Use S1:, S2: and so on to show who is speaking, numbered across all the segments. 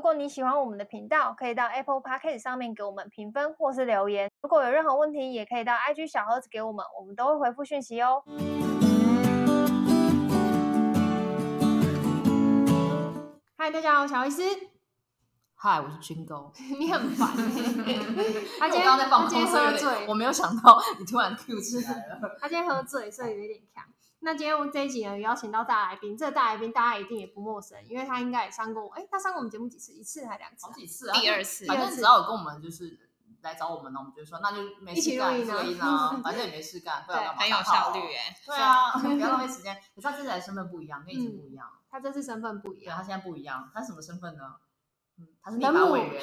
S1: 果你喜欢我们的频道，可以到 Apple Podcast 上面给我们评分或是留言。如果有任何问题，也可以到 IG 小盒子给我们，我们都会回复讯息哦。
S2: 嗨，大家好，我小医师，
S3: 嗨，我是军 哥。
S2: 你很烦、欸。他今
S3: 因为我刚
S2: 天
S3: 刚在放
S2: 他今
S3: 空，所以
S2: 天喝
S3: 有点
S2: 醉，
S3: 我没有想到你突然 Q 起来了。
S2: 他今天喝醉，所以有点强。那今天我这一集呢，邀请到大来宾，这个大来宾大家一定也不陌生，因为他应该也上过我，哎、他上过我们节目几次？一次还两次
S3: 好
S2: 啊、
S3: 几次啊，
S4: 第二次
S3: 反
S2: 第二
S3: 正
S2: 次
S3: 只要有跟我们就是来找我们呢，我们就说那就没事干，
S2: 一
S3: 一
S2: 起录音
S3: 音
S2: 啊
S3: 啊，反正也没事干，不然干嘛
S4: 很有效率
S3: 哎。
S4: 哎、
S3: 对啊，不要浪费时间。可是他这次来身份不一样，跟以前不一样。
S2: 他这次身份不一
S3: 对，他
S2: 样，
S3: 现在不一样，他是什么身份呢？嗯，他是立
S2: 人
S3: 法
S2: 母
S3: 委员。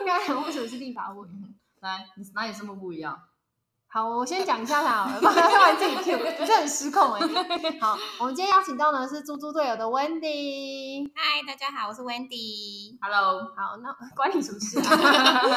S2: 应该很为什么是立法委员？
S3: 来，你哪里身份不一样？
S2: 好，我先讲一下他好了，不然突然自己 Q，你这很失控哎、好，我们今天邀请到呢是猪猪队友的 Wendy。
S4: 嗨，大家好，我是 Wendy。
S3: Hello，
S2: 好，那关你什么 事啊？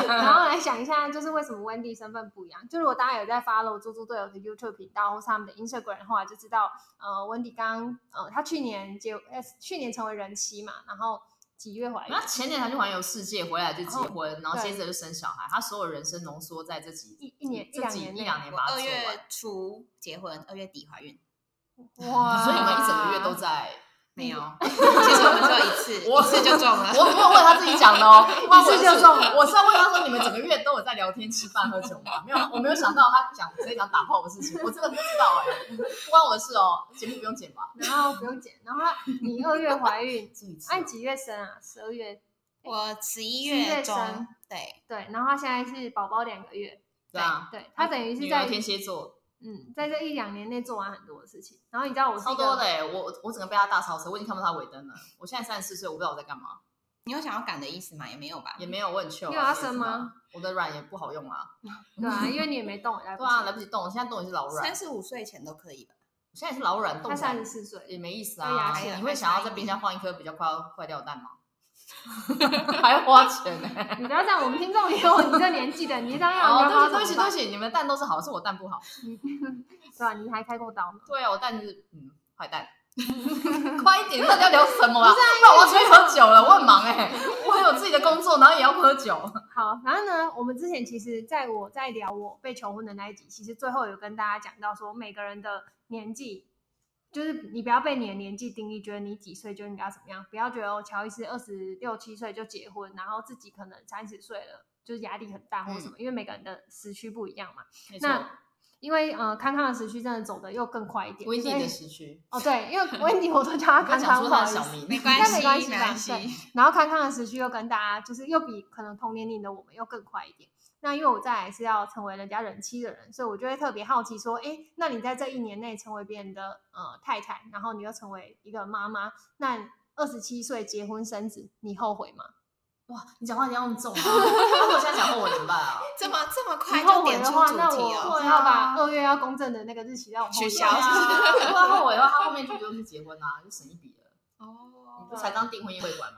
S2: 然后来想一下，就是为什么 Wendy 身份不一样？就如果大家有在 follow 猪猪队友的 YouTube 频道或是他们的 Instagram 的话，就知道呃，Wendy 刚呃，她去年结呃去年成为人妻嘛，然后几月怀孕？
S3: 那前年他去环游世界，回来就结婚，然后
S2: 对
S3: 接着就生小孩，他所有人生浓缩在这几
S2: 一一年一
S3: 这
S2: 两
S3: 几
S2: 年
S3: 一
S2: 内
S3: 两年
S4: 我
S3: 把它
S4: 二
S3: 做完。
S4: 月初结婚，二月底怀孕，
S2: 哇
S3: 所以你们一整个月都在。
S2: 嗯
S4: 没 有。其实我们只有一次，
S3: 我
S4: 一次就 中了。
S3: 我没有问他自己讲的 哦，不然我
S2: 一次就中了
S3: 我是要问他说，你们整个月都有在聊天、吃饭、喝酒吗？没有，我没有想到他讲直接讲打炮的事情，我真的不知道哎、不关我的事哦，节目不用剪吧？，
S2: 然后不用剪，然后她你二月怀孕
S3: 这一次
S2: 哎、你几月生啊？十二月。
S4: 我十一
S2: 11月
S4: 月中
S2: 生，
S4: 对，
S2: 对，然后她现在是宝宝两个月，
S3: 对啊，
S2: 对，她等于是
S3: 女儿
S2: 在
S3: 天蝎座，
S2: 嗯，在这一两年内做完很多的事情。然后你知道我是一
S3: 超
S2: 个
S3: 多的、欸，我我整个被他大超车，我已经看不到他尾灯了。我现在三十四岁，我不知道我在干嘛，
S4: 你有想要赶的意思吗？也没有吧。
S3: 也没有，我很糗、啊。
S2: 你有要生吗？
S3: 我的卵也不好用啊，
S2: 对啊，因为你也没动，来 不
S3: 对啊，
S2: 及
S3: 来不及动，我现在动也是老软，
S4: 三
S3: 我
S4: 十五岁前都可以吧？
S3: 现在也是老软，动
S2: 他
S3: 不了
S2: 三十四岁，
S3: 也没意思
S2: 哎呀
S3: 啊
S4: 哎呀！
S3: 你会想要在冰箱放一颗比较快要坏掉的蛋 吗？还要花钱呢、
S2: 你不要这样，我们听众也有你这年纪的，你这样
S3: 哦，
S2: 要
S3: 对不
S2: 花
S3: 起，对不起，对
S2: 怎么
S3: 不起，你们的蛋都是好，是我蛋不好。
S2: 办对吧？啊你还开过刀吗？
S3: 对啊，我蛋是嗯坏 蛋。快一点，到底要聊什么啊？不然我要出去喝酒了，我很忙哎、我有自己的工作，然后也要喝酒。
S2: 好，然后呢，我们之前其实在我在聊我被求婚的那一集，其实最后有跟大家讲到说，每个人的年纪，就是你不要被你的年纪定义，觉得你几岁就应该怎么样，不要觉得哦，乔伊斯二十六七岁就结婚，然后自己可能三十岁了，就是压力很大或什么，因为每个人的时区不一样嘛。
S3: 嗯没错
S2: 那因为呃，康康的时区真的走的又更快一点，
S3: ，Wendy
S2: 所以
S3: 的时区，
S2: 哦，对，因为 Wendy 我都叫 他
S3: 我
S2: 康
S3: 讲
S2: 康，
S3: 出
S2: 不
S3: 他
S2: 好
S3: 的
S2: 意思
S3: 小。名，
S4: 没关系，
S2: 没
S4: 没
S2: 关系吧
S4: 关系。
S2: 然后康康的时区又跟大家，就是又比可能同年龄的我们又更快一点。那因为我再来是要成为人家人妻的人，所以我就会特别好奇说，哎，那你在这一年内成为别人的呃太太，然后你又成为一个妈妈，那二十七岁结婚生子，你后悔吗？
S3: 哇，你讲话一定要用重啊！那如果现在讲后悔怎么办啊？
S4: 这么这么快
S2: 你后
S4: 就
S2: 悔
S4: 点
S2: 的
S4: 出
S2: 话，
S4: 主
S2: 那我
S4: 题哦。
S2: 只要把二月要公证的那个日期让我后
S4: 取
S2: 延
S4: 消
S3: 对啊，如果后悔的话，他后面就不用去结婚啦、就省一笔了。你
S4: 哦
S3: 不才刚订婚宴会馆吗？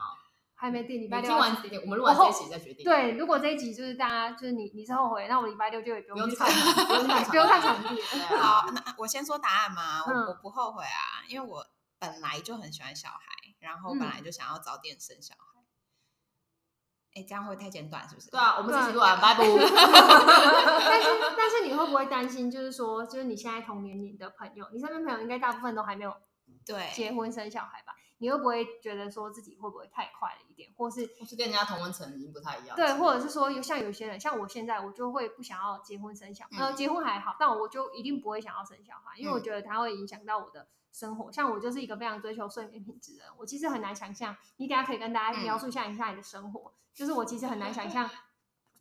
S2: 还没定，礼
S3: 你
S2: 拜六
S3: 听
S2: 要
S3: 完
S2: 去
S3: 我们录完
S2: 然
S3: 这
S2: 后
S3: 一期再决定。
S2: 对，如果这一集就是大家就是你你是后悔，那我礼拜六就也不
S3: 不用
S2: 用
S3: 去
S2: 去
S3: 看
S2: 看，
S3: 场，不用去看
S2: 不用
S3: 看
S2: 看场地
S3: 啊
S2: 了。
S4: 好，那我先说答案嘛，我、
S2: 嗯
S4: 我不后悔啊，因为我本来就很喜欢小孩，然后
S2: 嗯
S4: 本来就想要早点生小孩。哎、这样会太简短是不是？
S3: 对，啊，我们这期录完， 拜拜。
S2: 但是但是你会不会担心？就是说，就是你现在同年龄的朋友，你身边朋友应该大部分都还没有
S4: 对，
S2: 结婚生小孩吧？你会不会觉得说自己会不会太快了一点，或是
S3: 去跟人家同温层已经不太一样。
S2: 对，或者是说有像有些人，像我现在我就会不想要结婚生小，呃，
S4: 嗯
S2: 结婚还好，但我就一定不会想要生小孩，因为我
S4: 嗯
S2: 觉得它会影响到我的生活。像我就是一个非常追求睡眠品质的人，我其实很难想象，你等一下可以跟大家
S4: 嗯
S2: 描述一下一下你的生活，就是我其实很难 想象。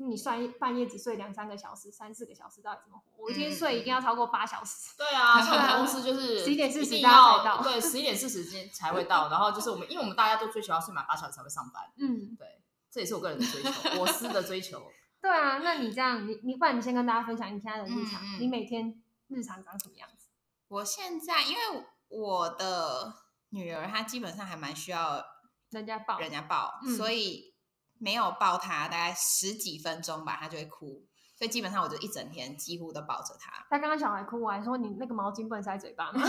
S2: 你算一半夜只睡两三个小时、三四个小时，到底怎么活？我一天
S4: 嗯
S2: 睡一定要超过八小时。
S3: 对啊，像我们公司就是
S2: 11点40
S3: 一定
S2: 大家
S3: 要
S2: 才到
S3: 对，十一点四十之前才会到。然后就是我们，因为我们大家都追求要睡满八小时才会上班，
S2: 嗯，
S3: 对，这也是我个人的追求，我司的追求。
S2: 对啊。那你这样，你你不然你先跟大家分享你现在的日常，
S4: 嗯嗯
S2: 你每天日常长什么样子？
S4: 我现在因为我的女儿她基本上还蛮需要
S2: 人家报
S4: 人家抱，
S2: 嗯
S4: 所以没有抱她大概十几分钟吧，她就会哭。所以基本上我就一整天几乎都抱着它。
S2: 他刚刚小孩哭，我还说你那个毛巾不能塞嘴 巴吗？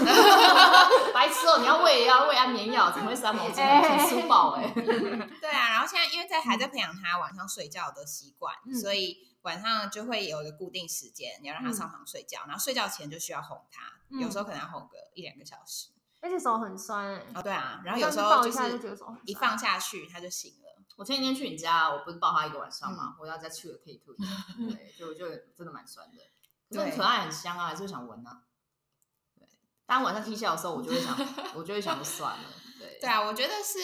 S3: 白痴哦，你要喂要喂安眠药，怎么会塞毛巾？很粗暴哎。
S4: 对啊，然后现在因为在还在培养他晚上睡觉的习惯，
S2: 嗯
S4: 所以晚上就会有一个固定时间，你要让他
S2: 嗯
S4: 上床睡觉，然后睡觉前就需要哄他，有时候可能要哄个一两个小时。
S2: 而且手很酸哎、
S4: 哦，对啊，然后
S2: 但
S4: 有
S2: 是
S4: 时候
S2: 抱
S4: 就
S2: 一下
S4: 是
S2: 就觉得手哦很啊
S4: 一
S2: 酸
S4: 放下去他就醒了。
S3: 我前几天去你家，我不是抱他一个晚上嘛，我要再去了 K two，
S2: 嗯
S3: 对，就我就真的蛮酸的。可是
S4: 对
S3: 很可爱很香啊，还是会想闻啊。对，但晚上踢笑的时候，我就会 想，我就会想算了。对，
S4: 对啊，我觉得是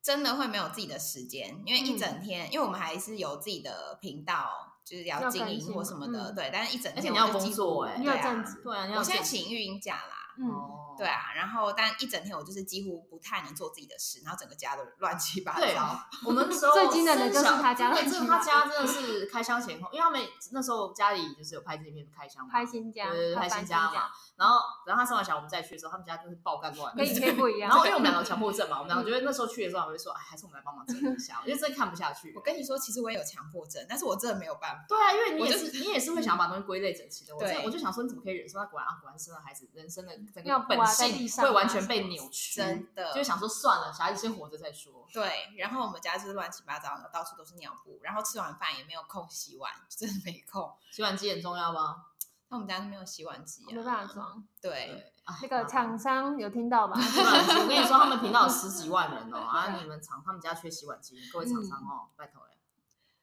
S4: 真的会没有自己的时间，因为一
S2: 嗯
S4: 整天，因为我们还是有自己的频道，就是
S2: 要
S4: 要经
S2: 更
S4: 营
S2: 新
S4: 或
S2: 嘛
S4: 什么的，
S2: 嗯
S4: 对。但是一整
S3: 而且
S4: 天
S3: 你
S4: 我
S3: 要
S4: 就
S3: 工
S4: 几
S3: 作
S4: 乎
S3: 欸
S2: 你
S4: 对
S2: 有
S4: 啊
S2: 正职
S3: 对啊，你要
S4: 我现在
S3: 正
S4: 请育婴假啦，
S2: 嗯，
S3: 哦
S4: 对啊，然后但一整天我就是几乎不太能做自己的事，然后整个家都乱七八
S3: 对啊
S4: 糟。
S3: 我们那时候
S2: 最惊人的就是他家
S3: 对，
S2: 乱
S3: 这
S2: 七
S3: 他
S2: 八
S3: 家真的是开箱前后，因为他们那时候家里就是有拍这片开箱嘛，
S2: 拍新家，
S3: 对对对
S2: 他
S3: 拍
S2: 搬
S3: 新家嘛。然后然后他生完小孩我们再去的时候，他们家就是爆干乱
S2: 新家，。跟以前不一样。
S3: 然后因为我们两个有 强迫症嘛，我们两个觉得那时候去的时候，我们就说，哎，还是我们来帮忙整理一下，因为真的看不下去
S4: 我。跟你说，其实我也有强迫症，但是我真的没有办法。
S3: 对啊，因为你
S4: 我
S3: 也
S4: 就是
S3: 你也是会想把东西归类整齐的。我
S4: 对
S3: 真的我就想说，你怎么可以忍受他果然啊，果然生了孩子，人生的整
S2: 要
S3: 个
S2: 不啊
S3: 本
S2: 在地
S3: 性
S2: 上啊
S3: 会完全被扭曲，
S4: 真的
S3: 就想说算了，小孩子先活着再说。
S4: 对，然后我们家就是乱七八糟的，到处都是尿布，然后吃完饭也没有空洗碗， 真的没空。
S3: 洗碗机很重要吗？
S4: 那我们家是没有洗碗机
S2: 我
S4: 啊，
S2: 没办法装，
S4: 对，
S3: 哎
S2: 那个 厂商有听到吧？
S3: 洗碗机，我跟你说，他们频道有十几万人哦，啊，你们厂他们家缺洗碗机，各位厂商哦，拜 托哎。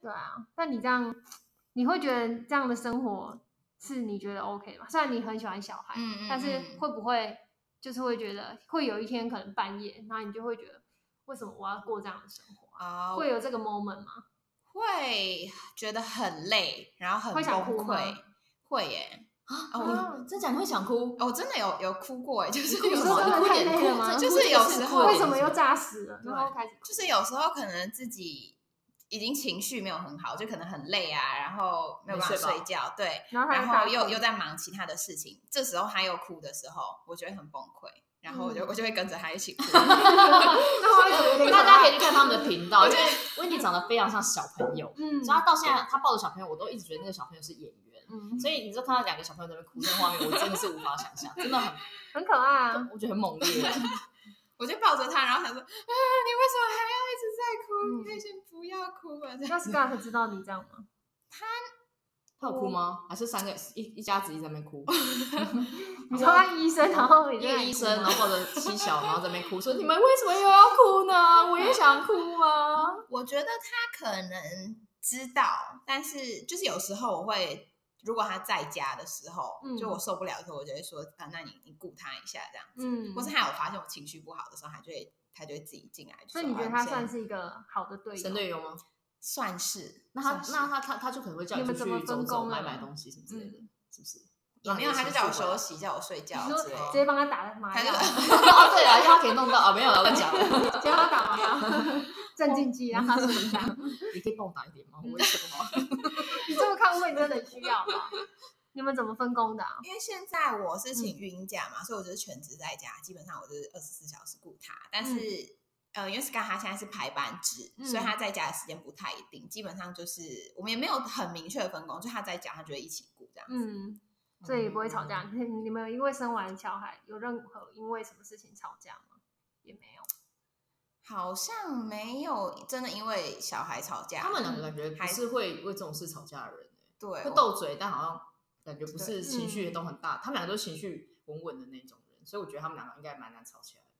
S2: 对啊，那你这样，你会觉得这样的生活是你觉得 OK 吗？虽然你很喜欢小孩，
S4: 嗯嗯
S2: 但是
S4: 嗯
S2: 会不会就是会觉得会有一天可能半夜，然后你就会觉得为什么我要过这样的生活啊？
S4: 啊、
S2: 会有这个 moment 吗？
S4: 会觉得很累，然后很
S2: 会
S4: 崩
S2: 想哭
S4: 溃
S2: 吗，
S4: 会耶、
S3: 啊
S4: 哦
S3: 真假你会想哭？
S4: 我哦，真的有有哭过耶，就是
S3: 哭
S4: 有时
S3: 什
S4: 候
S3: 么
S2: 真的
S3: 哭
S2: 太
S3: 点
S2: 累
S3: 哭
S2: 了吗
S3: 真
S4: 就
S3: 哭
S4: 是
S3: 这个
S4: 有
S3: 是
S4: 时
S3: 哭
S4: 候
S3: 点
S2: 为什么又炸死了？
S3: 对
S2: 然后开始
S4: 就是有时候可能自己已经情绪没有很好，就可能很累啊，然后没有办法
S3: 没睡饱
S4: 睡觉，对，
S2: 然后他
S4: 然
S2: 就大
S4: 后又
S2: 哭
S4: 又在忙其他的事情，这时候他又哭的时候，我就会很崩溃，然后我就、
S2: 嗯
S4: 我就会跟着他一起哭。
S2: 那会 有点
S3: 大家可以去
S2: 以
S3: 看他们的频道，因为温妮长得非常像小朋友，
S2: 嗯
S3: 所以他到现在他抱着小朋友，我都一直觉得那个小朋友是演员。
S2: 嗯，
S3: 所以你就看到两个小朋友在那边哭，那画面我真的是无法想象，真的很，
S2: 很可爱啊。
S3: 我觉得很猛 烈。
S4: 我就抱着他，然后想说：“啊，你为什么还要一直在哭？
S2: 嗯
S4: 你可以先不要哭了。”这
S2: 那
S4: 样
S2: Scott 知道你这样吗？
S3: 他有哭吗？还是三个一一家子一直在那边哭？
S2: 你说他医生，然后你
S3: 一
S2: 在
S3: 个
S2: 那里
S3: 医生，啊然
S2: 哭吗
S3: 后抱着七小， 然后在那边哭，说你们为什么又要哭呢？我也想哭啊！
S4: 我觉得他可能知道，但是就是有时候我会，如果他在家的时候，
S2: 嗯
S4: 就我受不了的时候，我就会说：“啊，那你你顾他一下这样子。
S2: 嗯，
S4: 或是他有发现我情绪不好的时候，他就会他就会自己进来。就
S2: 所以
S4: 说
S2: 你觉
S4: 啊
S2: 得他
S4: 现在
S2: 算是一个好的队友？
S3: 神队友吗？
S4: 算是？
S3: 那他
S4: 算是
S3: 那他他他就可能会叫
S2: 你们
S3: 出
S2: 怎么
S3: 去走
S2: 分
S3: 走
S2: 工
S3: 买
S2: 啊
S3: 买东西什么之类的，是不是？
S4: 也哦没有，他就叫我休
S3: 息。
S4: 息，叫我睡觉
S2: 你说
S4: 之类
S2: 直
S4: 的。
S2: 接帮他打麻
S4: 他就
S2: 药，
S3: 哦，对啊，因为他可以弄到啊，没有了，乱 讲 了。
S2: 直接帮他打麻药，镇静剂让他睡一下。
S3: 你可以帮我打一点吗？我也不好。
S2: 你这么看，我也真的很需要吧？你们怎么分工的啊？
S4: 因为现在我是请育婴假嘛，所以我就是全职在家，基本上我就是二十四小时顾他。但是、呃，因为 Scar 他现在是排班制，
S2: 嗯
S4: 所以他在家的时间不太一定，基本上就是我们也没有很明确的分工，就他在家，他就会一起顾这样子。
S2: 嗯，所以不会吵
S3: 嗯
S2: 架。你
S4: 嗯
S2: 你们有因为生完小孩有任何因为什么事情吵架吗？也没有。
S4: 好像没有真的因为小孩吵架，
S3: 他们两个感觉
S4: 还
S3: 还是会为这种事吵架的人，欸
S4: 对
S3: 会
S4: 我
S3: 斗嘴，但好像感觉不是
S4: 对
S3: 情绪
S2: 嗯
S3: 都很大。他们两个都情绪稳稳的那种人，所以我觉得他们两个应该蛮难吵起来的。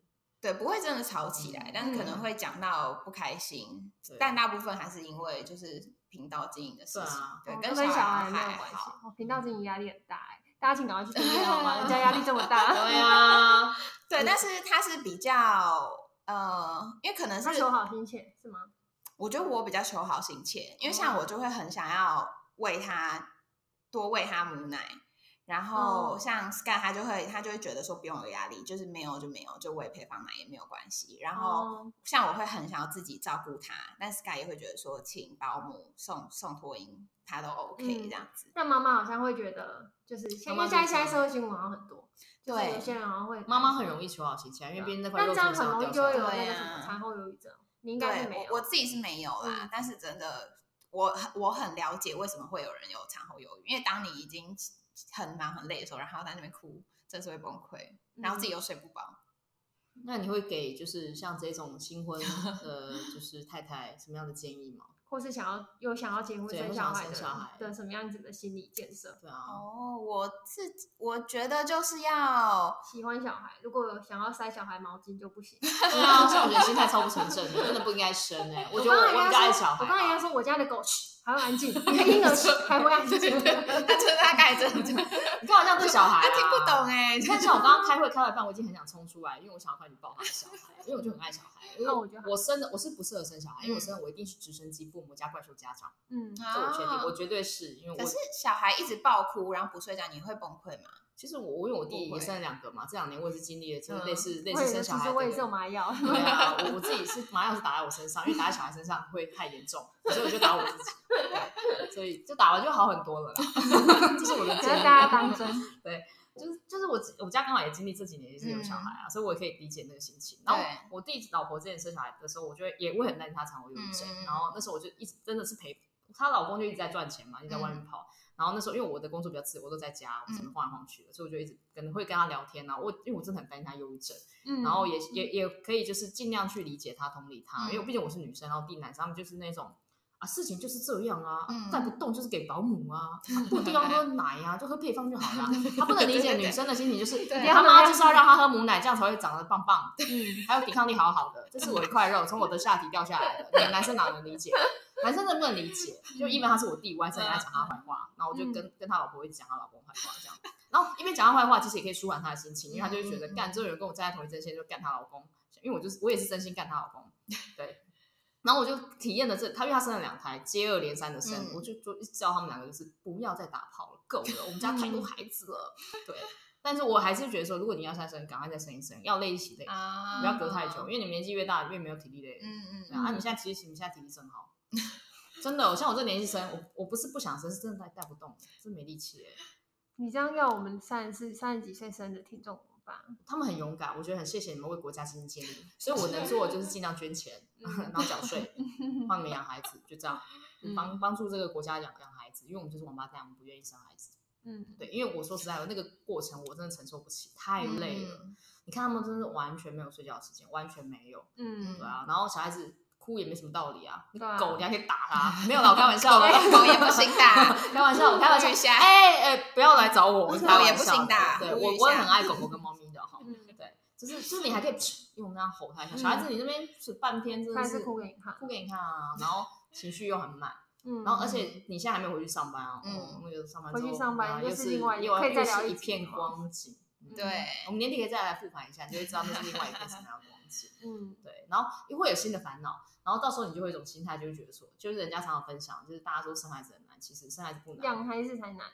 S4: 对不会真的吵起来，但是可能会讲到不开心，
S3: 对
S4: 但大部分还是因为就是频道经营的事
S3: 对
S4: 情，
S3: 啊
S4: 对，
S2: 哦
S4: 跟
S2: 跟小
S4: 孩
S2: 孩没有
S4: 还
S2: 关系
S4: 好。。
S2: 哦，频道经营压力很大哎，大家请赶快去订阅好 吗？人家压力这么大，
S3: 对呀、啊，
S4: 对，但是他是比较呃，因为可能是
S2: 他求好心切是吗？
S4: 我觉得我比较求好心切，因为像
S2: 哦
S4: 我就会很想要喂他多喂他母奶，然后
S2: 哦
S4: 像 Sky 他就会他就会觉得说不用有压力，就是没有就没有，就喂配方奶也没有关系。然后
S2: 哦
S4: 像我会很想要自己照顾他，但 Sky 也会觉得说请保姆送送托婴他都 OK
S2: 嗯
S4: 这样子。
S2: 但妈妈好像会觉得，就是现
S3: 妈妈
S2: 在现
S3: 就这样
S2: 在现在社会新闻好像很多，就是
S4: 对
S2: 有些人好像会
S3: 妈妈很容易求好心切，啊因为毕竟那块
S2: 但
S3: 肉
S2: 啊这
S3: 从
S2: 样
S3: 上
S2: 很容
S3: 掉
S2: 易
S3: 下
S2: 就会有
S3: 来。
S2: 那
S4: 对
S2: 个什么
S4: 啊
S2: 产后忧郁症，你应该是没
S4: 对，
S2: 有。
S4: 我我自己是没有啦，
S2: 嗯
S4: 但是真的我很我很了解为什么会有人有产后忧郁，因为当你已经很忙很累的时候，然后在那边哭，真是会崩溃，然后自己又睡不饱。
S3: 那你会给就是像这种新婚 的，就是太太什么样的建议吗？
S2: 或是想要有想要结婚
S3: 对
S2: 生
S3: 或
S2: 小
S3: 想
S2: 孩
S3: 生
S2: 的
S3: 小孩
S2: 人的什么样子的心理建设？
S3: 对啊，
S4: 哦，我自己我觉得就是要
S2: 喜欢小孩，如果有想要塞小孩毛巾就不行。
S3: 对啊，像我觉得心态超不成正的，真的不应该生哎、我觉得
S2: 刚
S3: 我我
S2: 才跟
S3: 比较爱
S2: 他说
S3: 小
S2: 我刚才
S3: 孩
S2: 要
S3: 吧。
S2: 说我家的狗嘘还会安静，你看婴 儿嘘还会安静。
S4: 他 就是他盖着，他听
S3: 你干嘛这样对小 孩、啊？
S4: 不懂哎、
S3: 你看，像我刚刚开会开到一半，我已经很想冲出来，因为我想要快点抱他的小孩，因为我就很爱小孩。因为
S2: 那我就好
S3: 我生的我是不适合生小孩，因为我
S4: 嗯
S3: 生的我一定是直升机父母加怪兽家长，
S2: 嗯，
S3: 这我确定，
S4: 啊
S3: 我绝对是因为
S4: 可
S3: 我
S4: 是小孩一直爆哭，然后不睡觉，你会崩溃吗？
S3: 其实我我因为我弟
S4: 不会
S3: 也生了两个嘛，这两年我也是经历了就是类似、类
S2: 嗯我也
S3: 似生
S2: 是其
S3: 小孩
S2: 实
S3: 的。
S2: 我也是有麻药。
S3: 对啊，我我自己是麻药是打在我身上，因为打在小孩身上会太严重，所以我就打我自己。对，啊所以就打完就好很多了啦。 这是我的
S2: 可
S3: 建
S2: 是
S3: 议。
S2: 大家 当真，
S3: 就是就是我自我家刚好也经历这几年也是有小孩啊，所以我也可以理解那个心情。然后
S4: 嗯对
S3: 我弟老婆之前生小孩的时候，我就会也会很担心她产后忧郁症
S4: 嗯嗯。嗯
S3: 然后那时候我就一直真的是陪她老公就一直在赚钱嘛，一直在外
S4: 嗯
S3: 面跑。然后那时候因为我的工作比较自由，我都在家，我只能晃来晃去的，所以我就一直可能会跟她聊天啊。我因为我真的很担心她忧郁症，
S2: 嗯
S3: 然后也也也可以就是尽量去理解她、同理她，
S4: 嗯
S3: 因为毕竟我是女生，然后弟男生他们就是那种。啊，事情就是这样啊，
S4: 嗯
S3: 带不动就是给保姆 啊，啊不一定要喝奶啊，就喝配方就好啦。他不能理解女生的心情，就是
S4: 对
S3: 他妈就是要让她喝母奶，这样才会长得棒棒，还有抵抗力好好的。这是我的块肉，从我的下体掉下来的，你们男生哪能理解？男生能不能理解？就因为他是我弟，我还是很爱讲他坏话，然后我就跟
S4: 嗯
S3: 跟他老婆会讲他老公坏话这样。然后一边讲他坏话，其实也可以舒缓他的心情，因为他就会觉得
S4: 嗯嗯嗯
S3: 干，这个人跟我站在同一阵线，就干她老公，因为我就是我也是真心干她老公，对。然后我就体验了这，她因为她生了两胎，接二连三的生，
S4: 嗯
S3: 我就就一直叫他们两个就是不要再打炮了，够了，我们家太
S4: 嗯
S3: 多孩子了，对。但是我还是觉得说，如果你要再生，赶快再生一生，要累一起累，
S4: 啊
S3: 不要隔太久，因为你们年纪越大越没有体力累了。
S4: 嗯嗯
S3: 对啊，啊你现在其实你现在体力真好， 真的，我像我这年纪生，我我不是不想生，是真的带带不动，真没力气哎。
S2: 你这样要我们三十四、三十几岁生的听众怎么办？
S3: 他们很勇敢，我觉得很谢谢你们为国家尽心尽力，所以我能做的就是尽量捐钱， 然后缴税，帮你们养孩子，就这样
S4: 嗯
S3: 帮帮助这个国家养养孩子，因为我们就是王八蛋，我们不愿意生孩子。
S2: 嗯，
S3: 对，因为我说实在的，那个过程我真的承受不起，太累了。
S4: 嗯
S3: 你看他们真的完全没有睡觉的时间，完全没有，
S2: 嗯
S3: 对啊。然后小孩子哭也没什么道理啊，你
S2: 对啊
S3: 狗你还可以打它，没有啦，我开玩笑的，
S4: 嗯哎 哦狗也不行啊打，
S3: 开玩笑，我开玩笑
S4: 呼吁一。下
S3: 哎哎，不要来找我，我是开玩
S4: 嗯狗也不
S3: 笑
S4: 行
S3: 的
S4: 打
S3: 对
S4: 呼吁
S3: 我
S4: 一
S3: 我也
S4: 下
S3: 很爱狗狗跟猫咪的哈。
S2: 嗯，
S3: 对，就是就是你还可以用那样吼他一下，小孩
S4: 嗯
S3: 子你那边是半天真
S2: 但
S3: 的
S2: 是
S3: 是
S2: 哭给你看，
S3: 哭给你看啊，然后情绪又很满，
S2: 嗯，
S3: 然后而且你现在还没有回去上班啊，
S4: 嗯
S3: 哦，那个上班
S2: 回
S3: 之
S2: 去
S3: 后
S2: 上班
S3: 啊
S2: 又
S3: 又
S2: 是
S3: 是
S2: 另外一
S3: 又
S2: 可以再
S3: 又
S2: 聊
S3: 是
S2: 一
S3: 一
S2: 集
S3: 片
S2: 了
S3: 光景。嗯
S4: 对，
S3: 我们年底可以再来复盘一下，你就会知道那是另外一片什么样的光景。
S2: 嗯，
S3: 对，然后又会有新的烦恼，然后到时候你就会有一种心态，就会觉得说，就是人家常常分享，就是大家说生孩子很难，其实生孩子不
S2: 养
S3: 难，
S2: 孩子才难，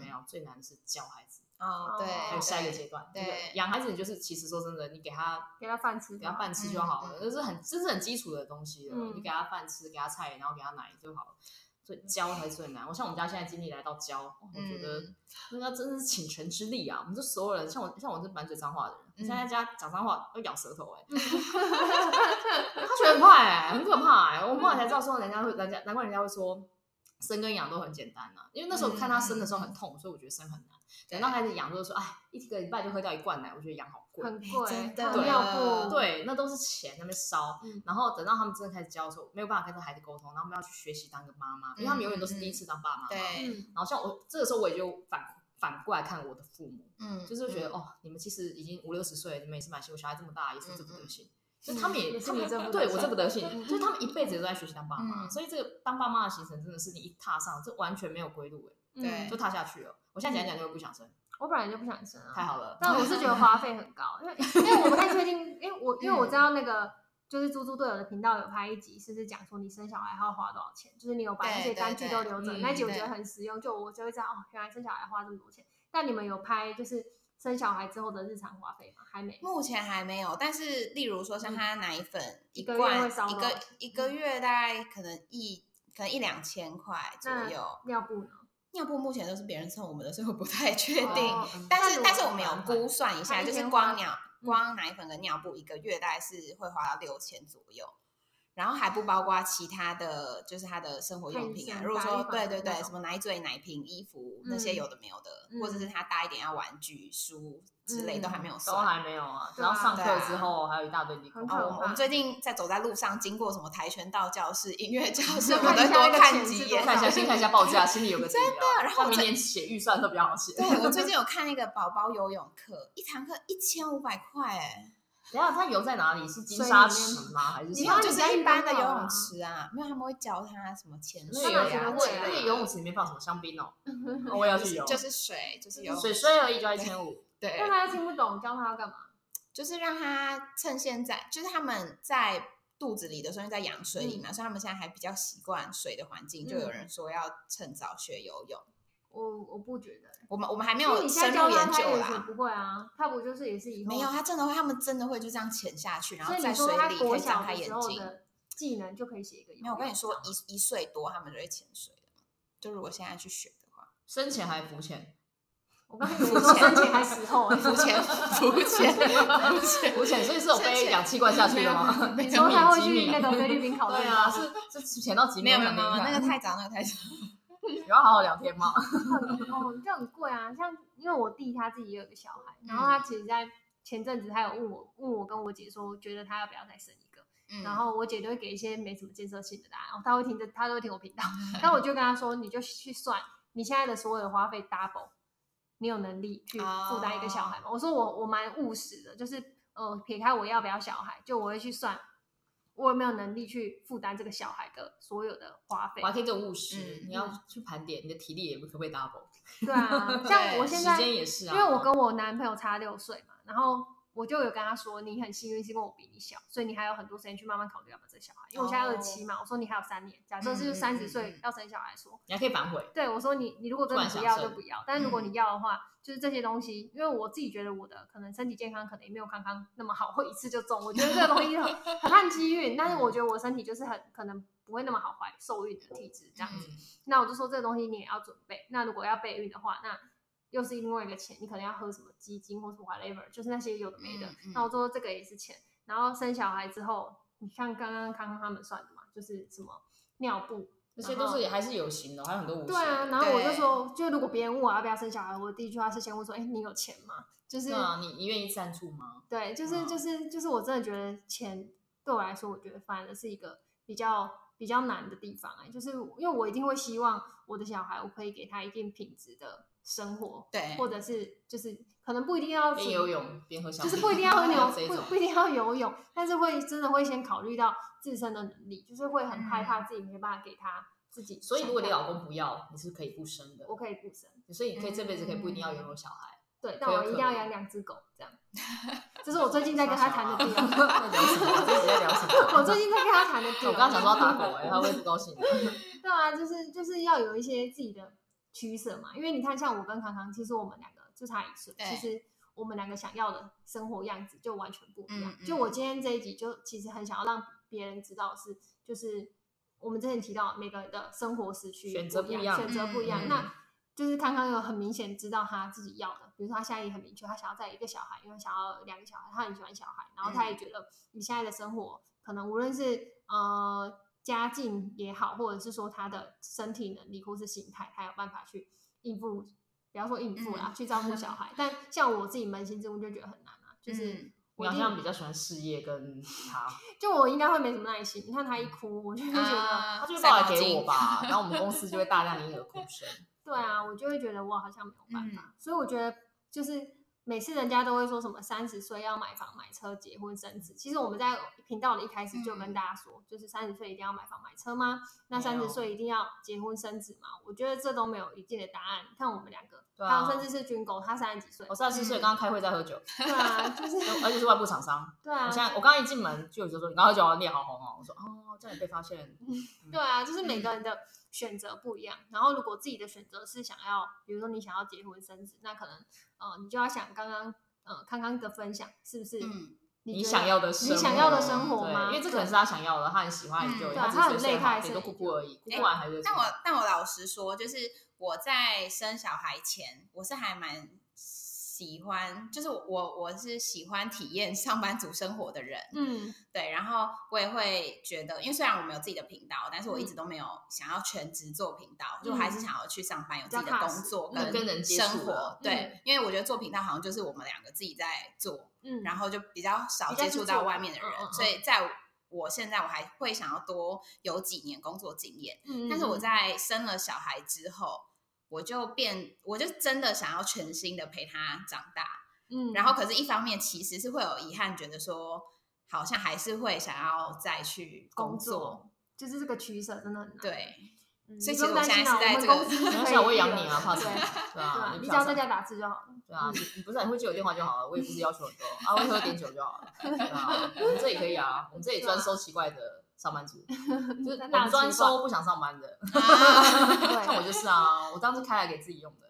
S3: 没
S4: 嗯，
S3: 有最难是教孩子，
S4: 哦对，
S3: 还有下一个阶段。
S4: 对
S3: 对，养孩子你就是其实说真的，你给他
S2: 给他饭吃，
S3: 给他饭吃就好了，这是很这是很基础的东西了。
S2: 嗯
S3: 你给他饭吃，给他菜，然后给他奶就好了。所以教才是最难。我像我们家现在经历来到教，哦我觉得
S4: 嗯
S3: 那个真的是倾城之力啊！我们这所有人，像我像我这满嘴脏话的
S2: 嗯
S3: 人，现在在家讲脏话要咬舌头哎、 他学得很快哎、很可怕哎、我后来才知道说人家会人家难怪人家会说。生跟养都很简单啊，因为那时候看他生的时候很痛，所以我觉得生很难。等到开始养，就是说，哎，一个礼拜就喝掉一罐奶，我觉得养好贵。
S2: 很贵，
S4: 真的
S2: 糖尿布，，
S3: 啊对，那都是钱在那边烧。
S2: 嗯
S3: 然后等到他们真的开始教的时候，没有办法跟这孩子沟通，然后他们要去学习当个妈妈，因为他们永远都是第一次当爸妈嘛。
S4: 对，
S2: 嗯，
S3: 然后像我这个时候，我也就反反过来看我的父母，
S4: 嗯，
S3: 就是觉得、
S4: 嗯
S3: 哦，你们其实已经五六十岁，你们也是蛮辛苦，小孩这么大也是这副德行，就
S4: 嗯
S3: 他们也
S2: 也是
S3: 他们
S2: 你这副德
S3: 对
S2: 行
S3: 我这副德行， 就是他们一辈子都在学习当爸妈，
S4: 嗯
S3: 所以这个当爸妈的行程真的是你一踏上，这完全没有归路哎、
S4: 对
S3: 就踏下去了。我现在讲一讲就会不想生，
S2: 嗯
S4: 嗯
S2: 我本来就不想生啊，
S3: 太好了。
S2: 但我是觉得花费很高，因为因为我不太确定，因为我因为我知道那个就是猪猪队友的频道有拍一集，是不是讲说你生小孩还要花多少钱？就是你有把那
S4: 对对
S2: 些单据都留着，
S3: 对
S2: 那集我
S4: 嗯
S2: 觉得
S4: 对
S2: 很实用，就我就会知道哦，原来生小孩花这么多钱。但你们有拍就是生小孩之后的日常花费吗？还没。
S4: 目前还没有，但是例如说像他奶粉
S2: 嗯一
S4: 一
S2: 个月
S4: 罐
S2: 会烧嗯
S4: 一
S2: 多少
S4: 个一个月大概可能一可能一两千块左
S2: 那
S4: 右，
S2: 尿布呢？
S4: 尿布目前都是别人送我们的，所以我不太确
S3: 哦
S4: 定。
S3: 嗯
S4: 但
S2: 那
S4: 是
S2: 如果
S4: 但是我们有估算一
S2: 那
S4: 下，
S2: 一
S4: 就
S2: 天
S4: 是
S2: 花
S4: 光尿
S2: 嗯
S4: 光奶粉跟尿布一个月大概是会花到六千左右。然后还不包括其他的，就是他的生活用品啊。
S2: 配件
S4: 如果
S2: 打
S4: 说
S2: 理法
S4: 对
S2: 的
S4: 对
S2: 那
S4: 对，
S2: 种
S4: 什么奶嘴、奶瓶、衣服那
S2: 嗯
S4: 些有的没有的，
S2: 嗯
S4: 或者是他大一点要玩具、书之类都还没有
S3: 都
S4: 算。
S3: 还没有啊。
S2: 对啊
S3: 然后上课之后还有一大堆理工啊
S2: 很
S4: 哦，
S2: 可
S4: 我
S2: 怕
S4: 们我们最近在走在路上，经过什么跆拳道教室、音乐教室，
S2: 就
S4: 我都会
S2: 看一下那
S4: 多
S2: 个
S4: 看
S2: 钱
S4: 几
S2: 是
S4: 眼
S2: 多。
S3: 看一下，先看一下报价，心里有个底啊。真
S4: 的然后我
S3: 明
S4: 这
S3: 年写预算都比较好写。
S4: 对，我最近有看那个宝宝游泳课，一堂课一千五百块，哎，
S3: 等一下它游在哪里？是金沙池吗？还是
S4: 没
S3: 什
S2: 你看
S4: 有，
S3: 么
S2: 你
S4: 就
S2: 在
S4: 是一
S2: 运
S4: 般的
S2: 动
S4: 游
S2: 好
S4: 泳
S2: 啊
S4: 池啊，没有，他们会教他什么潜
S3: 那
S4: 水
S3: 个
S4: 啊
S3: 游
S4: 之类
S2: 那
S3: 泳
S2: 个
S3: 池，
S4: 的，
S3: 那个游泳池里面放什么香 槟哦？我也要去游，
S4: 就是水，就是游泳
S3: 水水而已，就要一千五。
S4: 对，
S2: 但他又听不懂，教他要干嘛？
S4: 就是让他趁现在，就是他们在肚子里的时候因为在羊水里嘛，所以他们现在还比较习惯水的环境，就有人说要趁早学游泳。
S2: 我我不觉得，
S4: 我们我们还没
S2: 因为
S4: 有
S2: 你现在
S4: 深
S2: 教
S4: 入
S2: 他，
S4: 研
S2: 他
S4: 究
S2: 也学
S4: 啦，
S2: 不会啊，他不就是也是以后
S4: 没有，他真的会，他们真的会就这样潜下去，然
S2: 所
S4: 后
S2: 以
S4: 在
S2: 你
S4: 水
S2: 说他
S4: 里可
S2: 国
S4: 以张
S2: 小
S4: 开
S2: 的时
S4: 眼
S2: 候
S4: 睛。
S2: 的技能就可以写一个游泳。
S4: 没有，我跟你说，一一岁多他们就会潜水了。就如果现在去学的 话，
S3: 深潜还浮潜？
S2: 我 刚才我说生前还死后、欸，
S4: 浮潜， 浮潜，浮潜，
S3: 浮潜，所以是有
S4: 深
S3: 背
S4: 潜
S3: 氧气罐下去的吗？
S4: 没
S2: 你
S4: 有 啊
S2: 说他会
S3: 几米
S2: 去 那个菲律宾考
S3: 对
S2: 证
S3: 啊，
S2: 吗，
S3: 是是潜到几米
S4: 没有
S3: 才
S4: 没
S3: 能
S4: 有
S3: 看？
S4: 没有，那个太长，那个太 长。
S3: 有要好好聊 天吗？
S2: 哦，这很贵啊。像因为我弟他自己也有个小孩，然
S3: 嗯
S2: 后他其实在前阵子他有问我，问我跟我姐说，觉得他要不要再生一个。
S4: 嗯
S2: 然后我姐就会给一些没什么建设性的答案，然后她会听着，她都会听我频道。但我就跟她说，你就去算你现在的所有的花费 double，你有能力去负担一个小孩
S3: 哦
S2: 吗？我说我我蛮务实的，就是呃，撇开我要不要小孩，就我会去算我有没有能力去负担这个小孩的所有的花费
S3: 我。还可以更务实，
S4: 嗯
S3: 你要去盘点你的体力也可不可以 double，
S2: 对啊，像我现
S3: 时
S2: 在
S3: 间也是啊，
S2: 因为我跟我男朋友差六岁嘛，然后我就有跟他说，你很幸运是跟我比你小，所以你还有很多时间去慢慢考虑要不要生小孩。因为我现在
S4: 哦
S2: 二七嘛，我说你还有三年，假
S4: 嗯
S2: 设
S4: 嗯
S2: 是三十
S4: 嗯
S2: 岁
S4: 嗯
S2: 要生小孩说，
S3: 你还可以反悔，
S2: 对我说你你如果真的
S3: 突然
S2: 不
S3: 想
S2: 要就
S3: 生嗯
S2: 不要，但是如果你要的话，就是这些东西，因为我自己觉得我的可能身体健康可能也没有康康那么好，会一次就中。我觉得这个东 西很很看机运，但是
S3: 嗯
S2: 我觉得我身体就是很可能不会那么好怀受孕的体质这样子。
S3: 嗯
S2: 那我就说这个东西你也要准备。那如果要备孕的话，那又是另外一个钱，你可能要喝什么基金或是 whatever，就是那些有的没的。
S4: 嗯嗯
S2: 那我说这个也是钱。然后生小孩之后，你像刚刚康康他们算的嘛，就是什么尿布，
S3: 这些都是也还是有形的，还有很多无形
S2: 对
S3: 的。
S2: 啊。然后我就
S4: 对
S2: 说，就如果别人问我要不要生小孩，我第一句话是先问说，哎，你有钱吗？就是、
S3: 对啊，你你愿意赞助吗？
S2: 对，就是
S3: 嗯
S2: 就是就是，我真的觉得钱对我来说，我觉得反而是一个比较比较难的地方哎、就是因为我一定会希望我的小孩，我可以给他一定品质的生活，
S4: 对，
S2: 或者是就是可能不一定要
S3: 边
S2: 是
S3: 游，泳边喝香
S2: 就
S3: 槟，
S2: 是不一定要 喝
S3: 这一
S2: 牛，
S3: 种
S2: 不不一定要游泳，但是会真的会先考虑到自身的能力，就是会很害怕自己没办法给他自己想要的。
S3: 嗯所以如果你老公不要，你是可以不生的
S2: 我，可以不生，
S3: 所以你可以这辈子可以不一定要拥有小孩。
S2: 对，但
S3: 可有
S2: 我一
S3: 可
S2: 定要
S3: 无
S2: 养两只狗 这样。这是我最近在跟他谈的
S3: 傻
S2: 第
S3: 小
S2: 二
S3: 啊
S2: 个。
S3: 在聊什么？这一集在聊什
S2: 我
S3: 么？
S2: 最近在跟他谈的第
S3: 我
S2: 二个
S3: 刚刚想说要打狗哎，他会不高兴的。
S2: 对啊，就是就是要有一些自己的取舍嘛，因为你看，像我跟康康，其实我们两个就差一岁，
S4: 对
S2: 其实我们两个想要的生活样子就完全不一样。
S4: 嗯嗯
S2: 就我今天这一集，就其实很想要让别人知道的是，就是我们之前提到每个人的生活时区
S3: 选择
S2: 不一
S3: 不一样
S2: 选择不一样，
S4: 嗯嗯
S2: 那。就是康康有很明显知道他自己要的，比如说他现在也很明确，他想要再一个小孩，因为想要两个小孩，他很喜欢小孩，然后他也觉得你现在的生活可能无论是呃家境也好，或者是说他的身体能力或是形态，他有办法去应付，不要说应付啦，去照顾小孩。但像我自己扪心自问就觉得很难啊，就是、
S4: 嗯
S3: 你
S2: 我
S3: 好
S2: 一
S3: 像
S2: 定
S3: 比较喜欢事业跟他，
S2: 就我应该会没什么耐心。你看他一哭，我就会觉得，
S4: 啊
S3: 他就会
S4: 塞
S3: 抱
S4: 毛
S3: 来给
S4: 巾
S3: 我吧，然后我们公司就会大量婴儿哭声。
S2: 对啊，我就会觉得我好像没有办法。
S3: 嗯
S2: 所以我觉得就是每次人家都会说什么三十岁要买房、买车、结婚、生子，其实我们在频道的一开始就跟
S4: 嗯
S2: 大家说，就是三十岁一定要买房、买车吗？那
S3: 没
S2: 三
S3: 有
S2: 十岁一定要结婚生子吗？我觉得这都没有一定的答案。你看我们两个，
S3: 对
S2: 还
S3: 啊
S2: 有甚至是军狗，他三十几岁
S3: 我，三十四岁，刚刚开会在喝酒，
S2: 对啊， 就是
S3: 而且是外部厂商。
S2: 对啊
S3: 我，现在我刚刚一进门，就有就说你刚喝酒啊，你脸好红哦。我说哦，这样你被发现。
S2: 对啊，就是
S3: 嗯
S2: 每个人的选择不一样。然后，如果自己的选择是想要，比如说你想要结婚生子，那可能呃，你就要想刚刚呃康康的分享是不是
S4: 嗯
S3: 你
S2: 觉
S3: 想
S2: 得
S3: 要的生活，
S2: 你想要的生活
S3: 对
S2: 吗？
S3: 因为这可能是他想要的，他很喜欢也就
S4: 嗯
S3: 他只
S2: 对
S3: 是
S2: 他很
S3: 随
S2: 累
S3: 便
S2: 他还
S3: 顶
S2: 是
S3: 多
S2: 很
S3: 哭
S2: 累
S3: 哭而已，哭
S4: 哎
S3: 哭完还是。
S4: 但我但我老实说，就是我在生小孩前，我是还蛮喜欢，就是我我是喜欢体验上班族生活的人，
S2: 嗯，
S4: 对，然后我也会觉得，因为虽然我们有自己的频道，但是我一直
S2: 嗯
S4: 都没有想要全职做频道，就我还是想要去上班，有自己
S2: 比
S4: 的
S2: 较踏
S4: 工
S2: 实
S4: 作
S3: 嗯跟人接触
S4: 生活
S3: 了。
S4: 对，因为我觉得做频道好像就是我们两个自己在做，
S2: 嗯
S4: 然后就比较少
S2: 比较
S4: 接
S2: 去
S4: 触
S2: 做
S4: 到外
S2: 吧
S4: 面的
S2: 嗯
S4: 人
S2: 嗯，嗯
S4: 所以在我现在我还会想要多有几年工作经验。
S2: 嗯
S4: 但是我在生了小孩之后，我就变，我就真的想要全心的陪他长大。
S2: 嗯，
S4: 然后，可是一方面其实是会有遗憾，觉得说好像还是会想要再去
S2: 工
S4: 工
S2: 作就是这个取舍真的很难。
S4: 对，
S2: 嗯，
S4: 所以其
S2: 你不
S4: 实
S2: 用
S4: 我
S2: 担
S4: 现
S2: 心
S4: 在
S2: 啊
S4: 是在
S2: 我们
S4: 这个
S2: 公司是
S3: 没关
S2: 可
S3: 系
S2: 以
S3: 啊，我也
S2: 的
S3: 养你啊，怕什
S2: 对
S3: 么？对
S2: 对
S3: 啊
S2: 啊，，你
S3: 你
S2: 只
S3: 不要
S2: 要在
S3: 想
S2: 家打字就好了。
S3: 对啊，你你不是很会接我电话就好了，我也不是要求很多啊，我也喝点酒就好了。对啊，我们这里可以啊，我们这里专收奇怪的上班 族，就是我们专收不想上班的。像我
S2: 对，
S3: 就是啊，我当时开来给自己用的，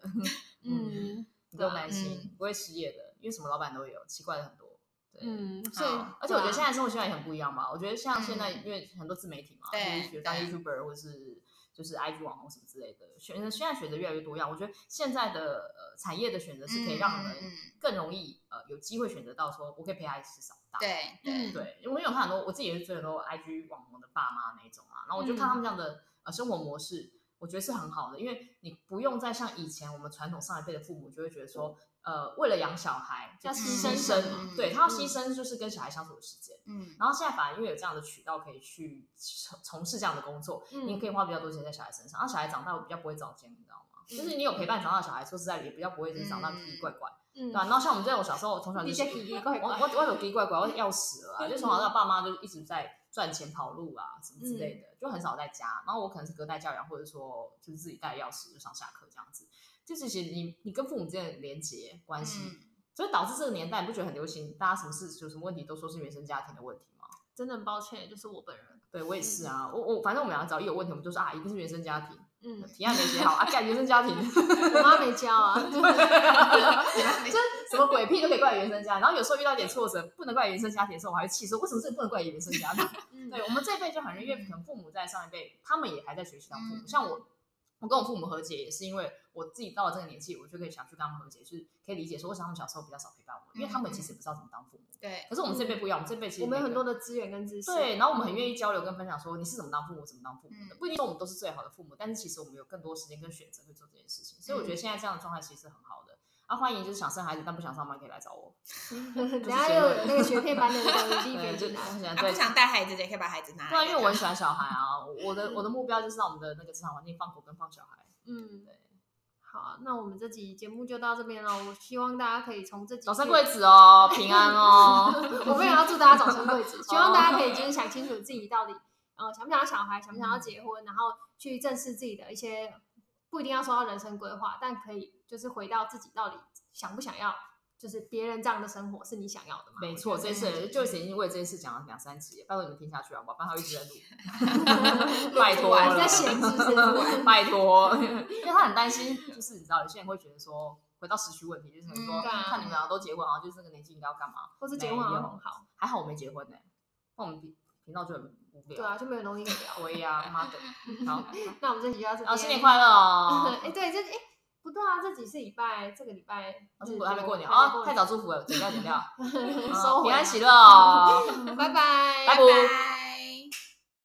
S2: 嗯
S3: 你不用担心
S4: 嗯，
S3: 不会失业的，因为什么老板都有，奇怪的很多。对，
S2: 嗯，所以
S4: 好
S3: 而且我觉得
S2: 对啊
S3: 现在生活圈也很不一样吧。我觉得像现在，
S4: 嗯
S3: 因为很多自媒体嘛，
S4: 对
S3: 就是学当
S4: 对
S3: YouTuber 或是就是 IG 网红什么之类的，选择现在选择越来越多样。我觉得现在的呃产业的选择是可以让
S4: 嗯
S3: 人
S4: 嗯嗯
S3: 更容易呃有机会选择到说，我可以陪他一起长大。
S4: 对嗯对，
S3: 对，因为我有看很多，我自己也是追很多 IG 网红的爸妈那一种啊，然后我就看他们这样的、
S2: 嗯
S3: 呃生活模式，我觉得是很好的，因为你不用再像以前我们传统上一辈的父母就会觉得说，呃，为了养小孩
S2: 要
S3: 牺
S2: 牺
S3: 牲
S2: 牲
S3: 生，
S2: 什
S4: 么
S3: 对他要
S2: 嗯
S3: 牺牲就是跟小孩相处的时间。
S4: 嗯
S3: 然后现在反而因为有这样的渠道可以去从从事这样的工作，
S2: 嗯
S3: 你可以花比较多时间在小孩身上，让小孩长大我比较不会早奸，你知道吗？就是你有陪伴长大的小孩，说实在也比较不会就是长大奇奇怪怪，
S2: 嗯
S3: 对啊吧、然后像我们这种小时候从小就
S2: 你
S3: 是
S2: 先奇奇怪
S3: 我
S2: 怪，嗯
S3: 我 我有滴怪怪，我要死了、啊，就从小到大爸妈就一直在赚钱跑路啊什么之类
S2: 嗯
S3: 的，就很少在家。然后我可能是隔代教养，或者说就是自己带钥匙就上下课这样子。就是其实你你跟父母之间的连结关系，
S4: 嗯，
S3: 所以导致这个年代你不觉得很流行，大家什么事有什么问题都说是原生家庭的问题吗？
S2: 真的很抱歉，就是我本人。
S3: 对我也是啊，我我反正我们两个只要一有问题，我们就说啊，一定是原生家庭，
S2: 嗯，
S3: 提案没写好啊，干原生家庭。
S2: 我妈没教啊，
S3: 什么鬼屁都可以怪原生家庭，然后有时候遇到一点挫折，不能怪原生家庭的时候，我还会气说为什么这不能怪原生家 庭？
S2: 嗯
S3: 对我们这一辈就很容易，因为可能父母在上一辈，他们也还在学习当父母。
S4: 嗯
S3: 像我，我跟我父母和解也是因为我自己到了这个年纪，我就可以想去跟他们和解，就是可以理解说为什么他们小时候比较少陪伴我，因为他们其实也不知道怎么当父母。
S4: 对，
S3: 可是我们这辈不一样，我们这辈其实
S2: 嗯我们
S3: 每
S2: 有很
S3: 个
S2: 多的资源跟知识。
S3: 对，然后我们很愿意交流跟分享，说你是怎么当父母，怎么当父母的。
S4: 嗯
S3: 不一定说我们都是最好的父母，但是其实我们有更多时间跟选择去做这件事情。所以我觉得
S4: 嗯
S3: 现在这样的状态其实是很好的。啊，欢迎就是想生孩子但不想上班可以来找我。
S2: 等下又有那个学配班的那个履历
S3: 对，
S2: 给
S3: 就
S2: 你拿。
S3: 想
S4: 啊，不
S3: 对。
S4: 想带孩子的也可以把孩子拿来给
S3: 对
S4: 他，
S3: 啊，因为我很喜欢小孩 啊，我的我的目标就是让我们的那个职场环境放狗跟放小孩，
S2: 嗯，
S3: 对，
S2: 好啊，那我们这集节目就到这边了。我希望大家可以从这集
S3: 早生
S2: 去
S3: 贵子哦，平安哦，
S2: 我们也要祝大家早生 贵子，希望大家可以就是想清楚自己到底呃想不想要小孩，想不想要结婚，然后去正视自己的一些不一定要说到人生规划，但可以就是回到自己到底想不想要，就是别人这样的生活是你想要的吗？
S3: 没错，这一次就是已经为这件事讲了两三集了，拜托你们听下去啊，我不然他会一直在录，拜托
S2: 我
S3: 了，
S2: 还在闲置是不是
S3: 拜托，因为他很担心，就是你知道有些人会觉得说。回到时区问题，就是很说、
S4: 嗯对啊
S3: 看你们两个都结婚，好像就是这个年纪应该要干嘛？
S2: 或是结婚好像很好，
S3: 还好我没结婚呢、那我们频频道就很无聊。
S2: 对啊，就没有东西可以聊。
S3: 对呀、妈的！好，
S2: 那我们这集就到这
S3: 然后
S2: 边，
S3: 新年快乐哦！
S2: 哎，对，这哎不对啊，这集是礼拜，这个礼拜
S3: 啊，中国还没过年
S2: 还没
S3: 啊，太早祝福了，剪掉剪掉，
S2: 过年
S3: 嗯
S2: 收回
S3: 平
S2: 来
S3: 安喜乐哦，
S2: 拜拜，
S3: 拜拜。
S4: 拜。